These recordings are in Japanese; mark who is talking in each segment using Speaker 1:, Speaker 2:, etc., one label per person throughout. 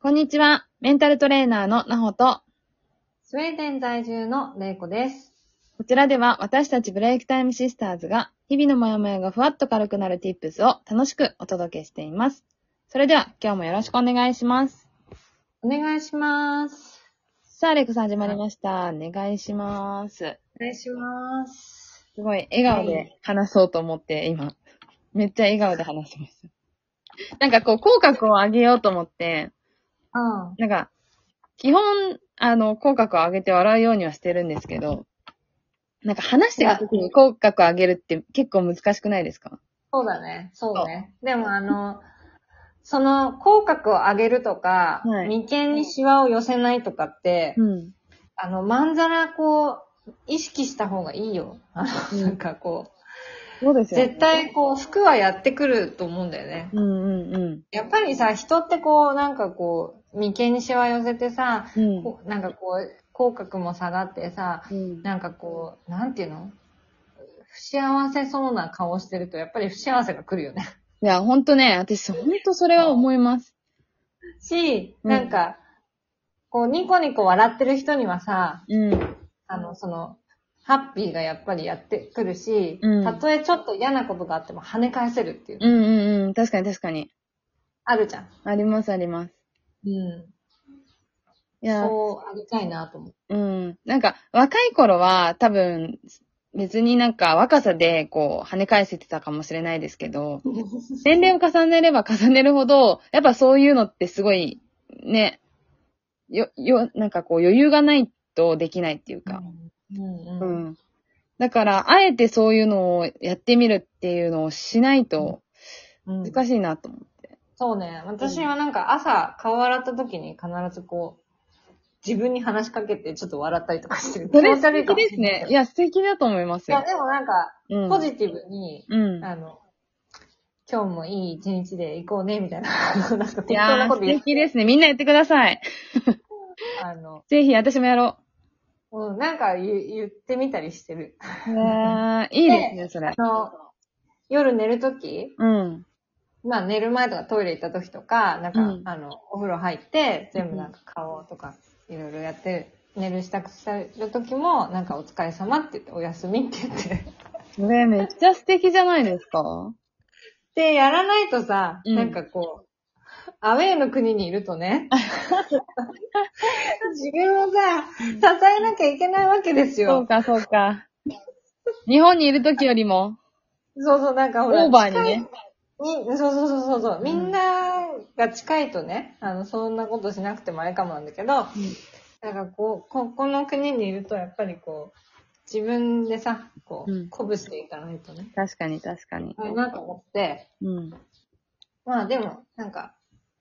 Speaker 1: こんにちは。メンタルトレーナーのなほと、
Speaker 2: スウェーデン在住のれいこです。
Speaker 1: こちらでは私たちブレイクタイムシスターズが、日々のモヤモヤがふわっと軽くなる tips を楽しくお届けしています。それでは、今日もよろしくお願いします。
Speaker 2: お願いします。
Speaker 1: さあ、レイコさん始まりました。お願いします。
Speaker 2: お願いします。
Speaker 1: すごい、笑顔
Speaker 2: は
Speaker 1: で
Speaker 2: い
Speaker 1: 話そうと思って、今。めっちゃ笑顔で話しました。なんかこう、口角を上げようと思って、
Speaker 2: うん。
Speaker 1: なんか、基本、あの、口角を上げて笑うようにはしてるんですけど、なんか話してる時に口角を上げるって結構難しくないですか
Speaker 2: そうだね。そうね。でもあの、その、口角を上げるとか、
Speaker 1: はい
Speaker 2: 眉間にシワを寄せないとかって、
Speaker 1: うん。
Speaker 2: あの、まんざらこう、意識した方がいいよ。あ
Speaker 1: うん
Speaker 2: の、なんかこ
Speaker 1: そうで
Speaker 2: う、
Speaker 1: すよね。
Speaker 2: 絶対こう、服はやってくると思うんだよね。
Speaker 1: うんうんうん。
Speaker 2: やっぱりさ、人ってこう、なんかこう、眉間にシワ寄せてさ、
Speaker 1: うん。
Speaker 2: こうなんかこう、口角も下がってさ、
Speaker 1: うん
Speaker 2: なんかこう、なんていうの不幸せそうな顔してると、やっぱり不幸せが来るよね。
Speaker 1: いや、ほんとね、私、ほんとそれは思います。
Speaker 2: し、
Speaker 1: うん
Speaker 2: なんか、こう、ニコニコ笑ってる人にはさ、
Speaker 1: うん。
Speaker 2: あの、その、ハッピーがやっぱりやってくるし、
Speaker 1: うん
Speaker 2: たとえちょっと嫌なことがあっても跳ね返せるっていう、
Speaker 1: うんうんうん。確かに確かに。
Speaker 2: あるじゃん。
Speaker 1: ありますあります。
Speaker 2: うん。
Speaker 1: いや、
Speaker 2: そうありたいなと思
Speaker 1: う
Speaker 2: う。
Speaker 1: ん。なんか、若い頃は、多分、別になんか若さで、こう、跳ね返せてたかもしれないですけ ど、年齢を重ねれば重ねるほど、やっぱそういうのってすごい、ね、よ、よ、なんかこう余裕がないとできないっていうか。う
Speaker 2: うんうん。
Speaker 1: ん。だから、あえてそういうのをやってみるっていうのをしないと
Speaker 2: うん
Speaker 1: 難しいなと思って。
Speaker 2: そうね。私はなんか朝顔洗った時に必ずこう、自分に話しかけてちょっと笑ったりとかしてる。
Speaker 1: そ
Speaker 2: 気
Speaker 1: れ
Speaker 2: 持ち
Speaker 1: 素
Speaker 2: 悪いか
Speaker 1: 敵で
Speaker 2: もしれ
Speaker 1: す
Speaker 2: ないけ
Speaker 1: ね
Speaker 2: ど。
Speaker 1: いや、素敵だと思います
Speaker 2: いや、
Speaker 1: よ。
Speaker 2: でもなんか、
Speaker 1: うん。
Speaker 2: ポジティブに、
Speaker 1: うん。
Speaker 2: あの、今日もいい一日で行こうね、みたいな、 なんか
Speaker 1: い
Speaker 2: 適当
Speaker 1: や
Speaker 2: な
Speaker 1: ー、
Speaker 2: こと
Speaker 1: 素
Speaker 2: 言う。
Speaker 1: 敵ですね。みんなやってください。
Speaker 2: あの、
Speaker 1: ぜひ、私もやろ
Speaker 2: うん、なんか言う言ってみたりしてる。
Speaker 1: う。へーいいですね、それ。
Speaker 2: あの、夜寝るとき、
Speaker 1: うん。
Speaker 2: まあ寝る前とかトイレ行ったときとか、なんか、
Speaker 1: うん
Speaker 2: あの、お風呂入って、全部なんか顔とかいろいろやって、寝る支度してるときも、なんかお疲れ様って言って、おやすみって言って。
Speaker 1: それめっちゃ素敵じゃないですか
Speaker 2: で、やらないとさ、
Speaker 1: うん
Speaker 2: なんかこう、アウェイの国にいる とね、自分をさ、支えなきゃいけないわけです
Speaker 1: そう
Speaker 2: よ。
Speaker 1: か、そうか。日本にいる時よりも、
Speaker 2: そうそう、なんかほら、
Speaker 1: オーバーにね。
Speaker 2: 近いにそうそうそうそうそう、
Speaker 1: ん
Speaker 2: みんなが近いとね、あの、そんなことしなくてもあれかもなんだけど、なんかこう、ここの国にいると、やっぱりこう、自分でさ、こう、
Speaker 1: うん
Speaker 2: 鼓舞していかないとね、
Speaker 1: 確かに、確かに。
Speaker 2: あれなと思って、
Speaker 1: うん。
Speaker 2: まあでも、なんか、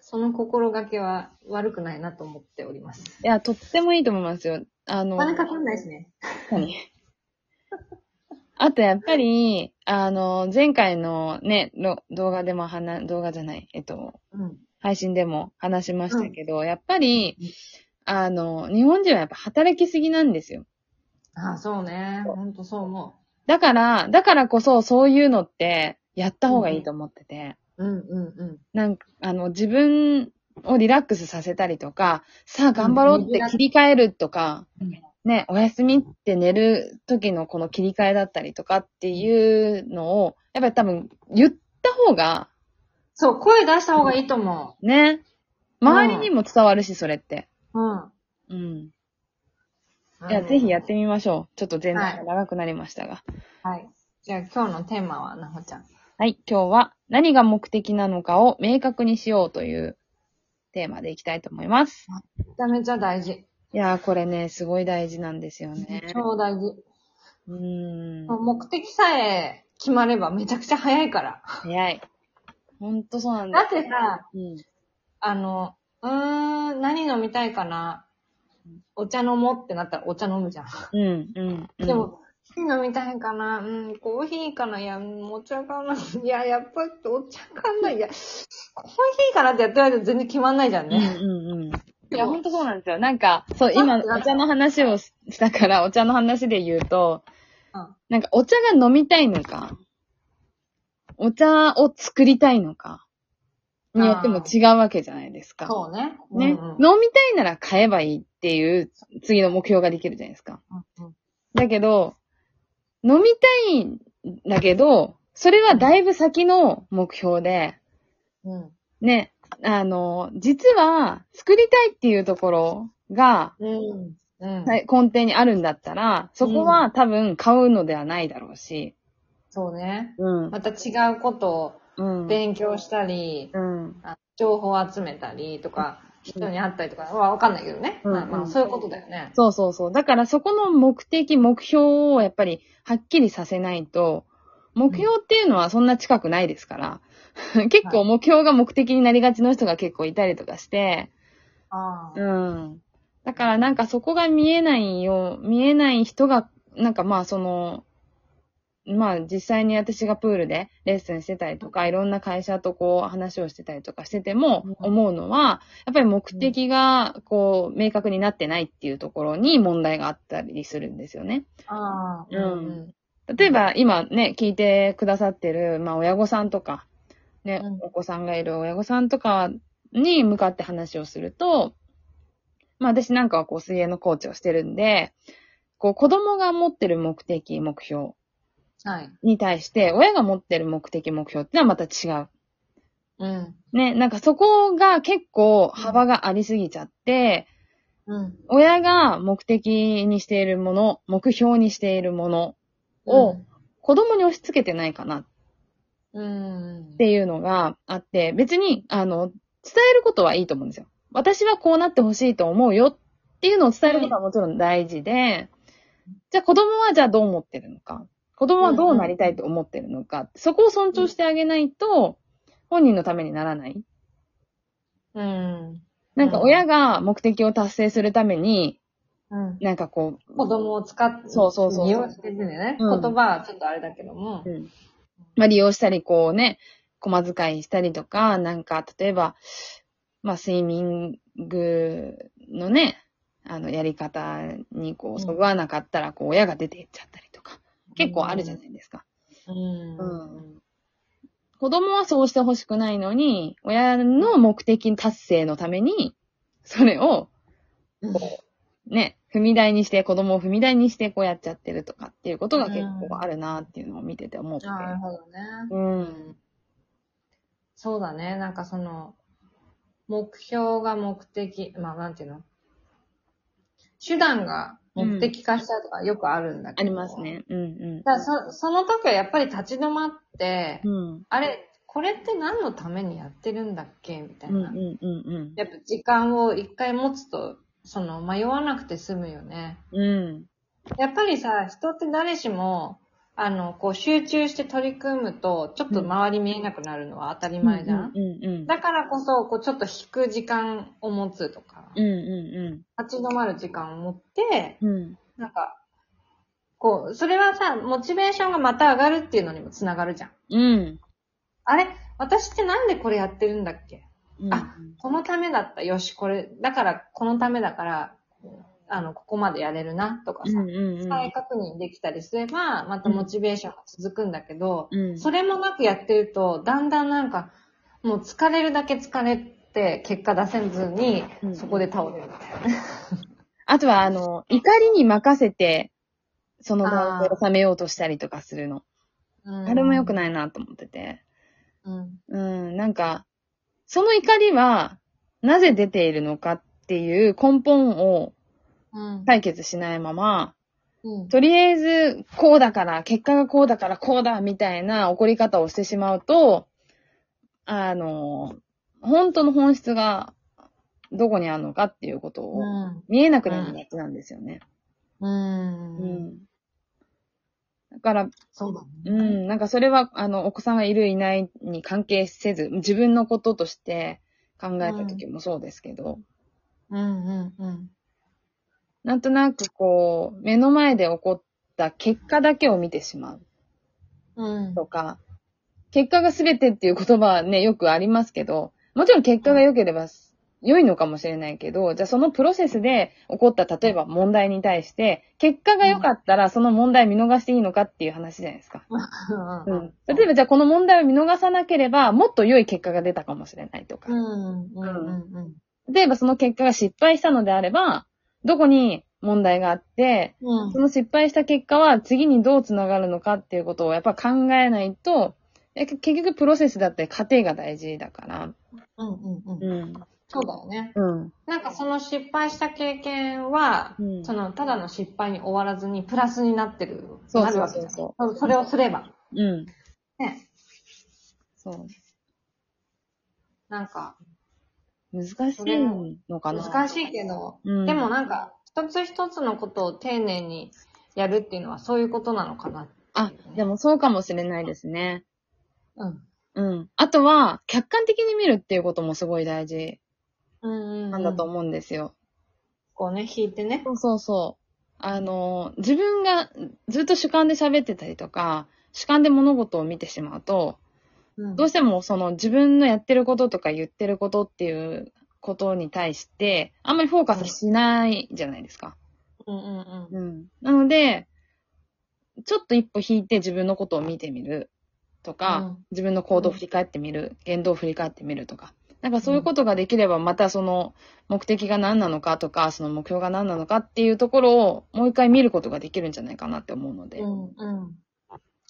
Speaker 2: その心がけは悪くないなと思っております。
Speaker 1: いや、とってもいいと思いますよ。あの、
Speaker 2: お金かかんないしね。
Speaker 1: 確かに。あと、やっぱり、あの、前回のね、の動画でも話、動画じゃない、えっと、
Speaker 2: うん。
Speaker 1: 配信でも話しましたけど、やっぱり、あの、日本人はやっぱ働きすぎなんですよ。
Speaker 2: ああ、そうね。ほんとそう思
Speaker 1: だから、だからこそそういうのって、やった方がいいと思ってて、
Speaker 2: う。うんうんうん。
Speaker 1: なんか、あの、自分をリラックスさせたりとか、さあ頑張ろうって切り替えるとか、ね、お休みって寝る時のこの切り替えだったりとかっていうのを、やっぱり多分言った方が、
Speaker 2: そう、声出した方がいいと思
Speaker 1: ね、周りにも伝わるし、それって。
Speaker 2: う。うん。
Speaker 1: うん。いや、ぜひやってみましょう。ちょっと前段が長くなりましたが。
Speaker 2: はい。じゃあ今日のテーマは、なほちゃん。
Speaker 1: はい、今日は何が目的なのかを明確にしようというテーマでいきたいと思います。
Speaker 2: めちゃめちゃ大事。
Speaker 1: いやー、これね、すごい大事なんですよね。
Speaker 2: 超大事。
Speaker 1: うーん。
Speaker 2: もう目的さえ決まればめちゃくちゃ早いから。
Speaker 1: 早い。ほんとそうなん
Speaker 2: だ
Speaker 1: だ。
Speaker 2: ってさ、
Speaker 1: うん。
Speaker 2: あの、うーん、何飲みたいかな。お茶飲もうってなったらお茶飲むじゃん。
Speaker 1: うん、うん。うん
Speaker 2: で、も、何飲みたいかなうん、コーヒーかないや、うんお茶かない や、やっぱりお茶かないや、コーヒーかなってやってる間全然決まんないじゃん
Speaker 1: うん、う
Speaker 2: ね。
Speaker 1: ん、うん。いや、ほんとそうなんですよ。なんか、そう、今、
Speaker 2: 待っ
Speaker 1: お
Speaker 2: て
Speaker 1: 茶の話をししたから、お茶の話で言うと、
Speaker 2: うん
Speaker 1: なんか、お茶が飲みたいのか、お茶を作りたいのか、によっても違うわけじゃないですか。
Speaker 2: そうね。
Speaker 1: ね、
Speaker 2: うんうん
Speaker 1: 飲みたいなら買えばいいっていう次の目標ができるじゃないですか。
Speaker 2: うん
Speaker 1: だけど、飲みたいんだけど、それはだいぶ先の目標で、
Speaker 2: うん。
Speaker 1: ね、あの、実は作りたいっていうところが、
Speaker 2: うん。うん。
Speaker 1: はい根底にあるんだったら、そこは多分買うのではないだろうし。
Speaker 2: そうね。
Speaker 1: うん。
Speaker 2: また違うこと
Speaker 1: う
Speaker 2: を
Speaker 1: ん。
Speaker 2: 勉強したり、
Speaker 1: うん。
Speaker 2: あ情報を集めたりとか、人に会ったりとか、わわかんないけどね。
Speaker 1: うん
Speaker 2: まあま
Speaker 1: う
Speaker 2: あ、
Speaker 1: ん
Speaker 2: そういうことだよね。
Speaker 1: そうそうそう。だからそこの目的、目標をやっぱりはっきりさせないと、目標っていうのはそんな近くないですから、 結構目標が目的になりがちの人が結構いたりとかして、
Speaker 2: ああ。
Speaker 1: うん。だからなんかそこが見えないよ、見えない人が、なんかまあその、まあ実際に私がプールでレッスンしてたりとか、いろんな会社とこう話をしてたりとかしてても
Speaker 2: うん
Speaker 1: 思うのは、やっぱり目的がこう明確になってないっていうところに問題があったりするんですよね。
Speaker 2: ああ。
Speaker 1: うん例えば今ね、聞いてくださってる、まあ親御さんとか、ね、
Speaker 2: うん
Speaker 1: お子さんがいる親御さんとかに向かって話をすると、まあ私なんかはこう水泳のコーチをしてるんで、こう子供が持ってる目的、目標
Speaker 2: はい。
Speaker 1: に対して、親が持ってる目的、目標ってのはまた違う。
Speaker 2: うん。
Speaker 1: ね、なんかそこが結構幅がありすぎちゃって、
Speaker 2: うん。
Speaker 1: 親が目的にしているもの、目標にしているものを子供に押し付けてないかな
Speaker 2: うん。
Speaker 1: っていうのがあって、別に、あの、伝えることはいいと思うんですよ。私はこうなってほしいと思うよっていうのを伝えることはもちろん大事で、じゃあ子供はじゃあどう思ってるのか、子供はどうなりたいと思ってるのか、そこを尊重してあげないと、本人のためにならない。
Speaker 2: うん。
Speaker 1: なんか
Speaker 2: うん
Speaker 1: 親が目的を達成するために、
Speaker 2: うん。
Speaker 1: なんかこう、
Speaker 2: 子供を使って、
Speaker 1: そうそうそう
Speaker 2: 利用してるんだよね。
Speaker 1: うん
Speaker 2: 言葉はちょっとあれだけども。
Speaker 1: うんまあ、利用したり、こうね、駒遣いしたりとか、なんか、例えば、まあ、スイミングのね、あの、やり方にこ
Speaker 2: うん
Speaker 1: う、そぐわなかったら、こう、親が出ていっちゃったりとか、結構あるじゃないですか。
Speaker 2: うん。
Speaker 1: うん子供はそうしてほしくないのに、親の目的達成のために、それを、
Speaker 2: うん
Speaker 1: こう、ね、踏み台にして、子供を踏み台にして、こうやっちゃってるとかっていうことが結構あるなっていうのを見てて思って。
Speaker 2: なるほどね。
Speaker 1: うん。
Speaker 2: そうだね。なんかその、目標が目的、まあなんていうの手段が目的化したとかよくあるんだけ
Speaker 1: あ
Speaker 2: ど。
Speaker 1: ります。ね。うんうん。
Speaker 2: だからそその時はやっぱり立ち止まって、
Speaker 1: うん。
Speaker 2: あれ、これって何のためにやってるんだっけみたい
Speaker 1: うんう
Speaker 2: な。
Speaker 1: んうん
Speaker 2: やっぱ時間を一回持つと、その迷わなくて済むよね。
Speaker 1: うん。うん。
Speaker 2: やっぱりさ、人って誰しも、あの、こう集中して取り組むと、ちょっと周り見えなくなるのは当たり前じゃん。
Speaker 1: うんうん。
Speaker 2: だからこそ、こうちょっと引く時間を持つとか、
Speaker 1: うんう
Speaker 2: 立ち止まる時間を持って、
Speaker 1: んうん。うん。
Speaker 2: なんか、こう、それはさ、モチベーションがまた上がるっていうのにもつながるじゃん。
Speaker 1: うん。
Speaker 2: あれ私ってなんでこれやってるんだっけ
Speaker 1: うん
Speaker 2: あこのためだった。よし、これ、だから、このためだから、あの、ここまでやれるな、とか
Speaker 1: うん
Speaker 2: さ、
Speaker 1: うんうん。
Speaker 2: 再確認できたりすれば、またモチベーションが続くんだけど、
Speaker 1: うん。
Speaker 2: それもなくやってると、だんだんなんか、もう疲れるだけ疲れて、結果出せずに
Speaker 1: う、ん
Speaker 2: そこで倒れるみたいな。
Speaker 1: あとは、あの、怒りに任せて、その場を収めようとしたりとかするの。あれも良く
Speaker 2: い。
Speaker 1: ないなと思ってて。
Speaker 2: うん。
Speaker 1: うん。なんか、その怒りは、なぜ出ているのかっていう根本を
Speaker 2: うん。
Speaker 1: 解決しないまま、
Speaker 2: うん。
Speaker 1: とりあえず、こうだから、結果がこうだから、こうだ、みたいな怒り方をしてしまうと、あの、本当の本質がどこにあるのかっていうことを
Speaker 2: うん。
Speaker 1: 見えなくなるやつなんですよね。
Speaker 2: うん。
Speaker 1: うん。だから、
Speaker 2: そうだ
Speaker 1: う
Speaker 2: ね。
Speaker 1: ん、なんかそれは、あの、お子さんがいるいないに関係せず、自分のこととして考えた時もそうですけど、
Speaker 2: うん。うん。うん。
Speaker 1: なんとなくこう、目の前で起こった結果だけを見てしまう。
Speaker 2: うん。
Speaker 1: とか、結果が全てっていう言葉はね、よくありますけど、もちろん結果が良ければ良いのかもしれないけど、じゃあそのプロセスで起こった、例えば問題に対して、結果が良かったらその問題見逃していいのかっていう話じゃないですか。
Speaker 2: う
Speaker 1: うんん。例えばじゃあこの問題を見逃さなければ、もっと良い結果が出たかもしれないとか
Speaker 2: う。ん。うん。うん。
Speaker 1: 例えばその結果が失敗したのであれば、どこに問題があって、
Speaker 2: うん
Speaker 1: そ。の失敗した結果は次にどうつながるのかっていうことをやっぱ考えないと、え結局プロセスだって過程が大事だから。
Speaker 2: うん。うん。うん。
Speaker 1: うん。
Speaker 2: そうだよね。
Speaker 1: うん。
Speaker 2: なんかその失敗した経験は、
Speaker 1: うん
Speaker 2: その、ただの失敗に終わらずに、プラスになってる。
Speaker 1: そう
Speaker 2: なる
Speaker 1: そう
Speaker 2: わ
Speaker 1: そう
Speaker 2: けじゃん
Speaker 1: そ
Speaker 2: そそれをすれば。
Speaker 1: う。うん。
Speaker 2: ね。
Speaker 1: そう。
Speaker 2: なんか、
Speaker 1: 難しいのかな
Speaker 2: 難
Speaker 1: い。
Speaker 2: しいけど、
Speaker 1: うん
Speaker 2: でもなんか、一つ一つのことを丁寧にやるっていうのはそういうことなのかな。
Speaker 1: あ、でもそうかもしれないですね。
Speaker 2: うん。
Speaker 1: うん。あとは、客観的に見るっていうこともすごい大事
Speaker 2: うん。
Speaker 1: なんだと
Speaker 2: う。
Speaker 1: 思うんですよ。
Speaker 2: こうね、引いてね。
Speaker 1: そうそうそう。あの、自分がずっと主観で喋ってたりとか、主観で物事を見てしまうと、
Speaker 2: うん
Speaker 1: どうしてもその自分のやってることとか言ってることっていうことに対して、あんまりフォーカスしないじゃないですか。
Speaker 2: うんうん
Speaker 1: うん。なので、ちょっと一歩引いて自分のことを見てみるとか、
Speaker 2: うん
Speaker 1: 自分の行動を振り返ってみる、言動を振り返ってみるとか、なんかそういうことができれば、またその目的が何なのかとか、その目標が何なのかっていうところをもう一回見ることができるんじゃないかなって思うので。
Speaker 2: うん。うんうん。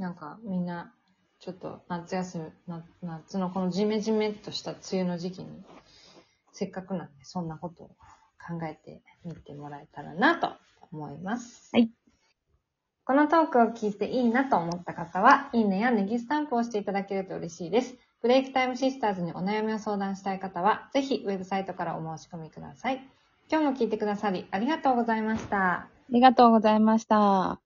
Speaker 2: なんか、みんな、ちょっと夏休み、な夏のこのジメジメっとした梅雨の時期に、せっかくなんで、そんなことを考えてみてもらえたらなと思います。
Speaker 1: はい。
Speaker 2: このトークを聞いていいなと思った方は、いいねやネギスタンプをしていただけると嬉しいです。ブレイクタイムシスターズにお悩みを相談したい方は、ぜひウェブサイトからお申し込みください。今日も聞いてくださりありがとうございました。
Speaker 1: ありがとうございました。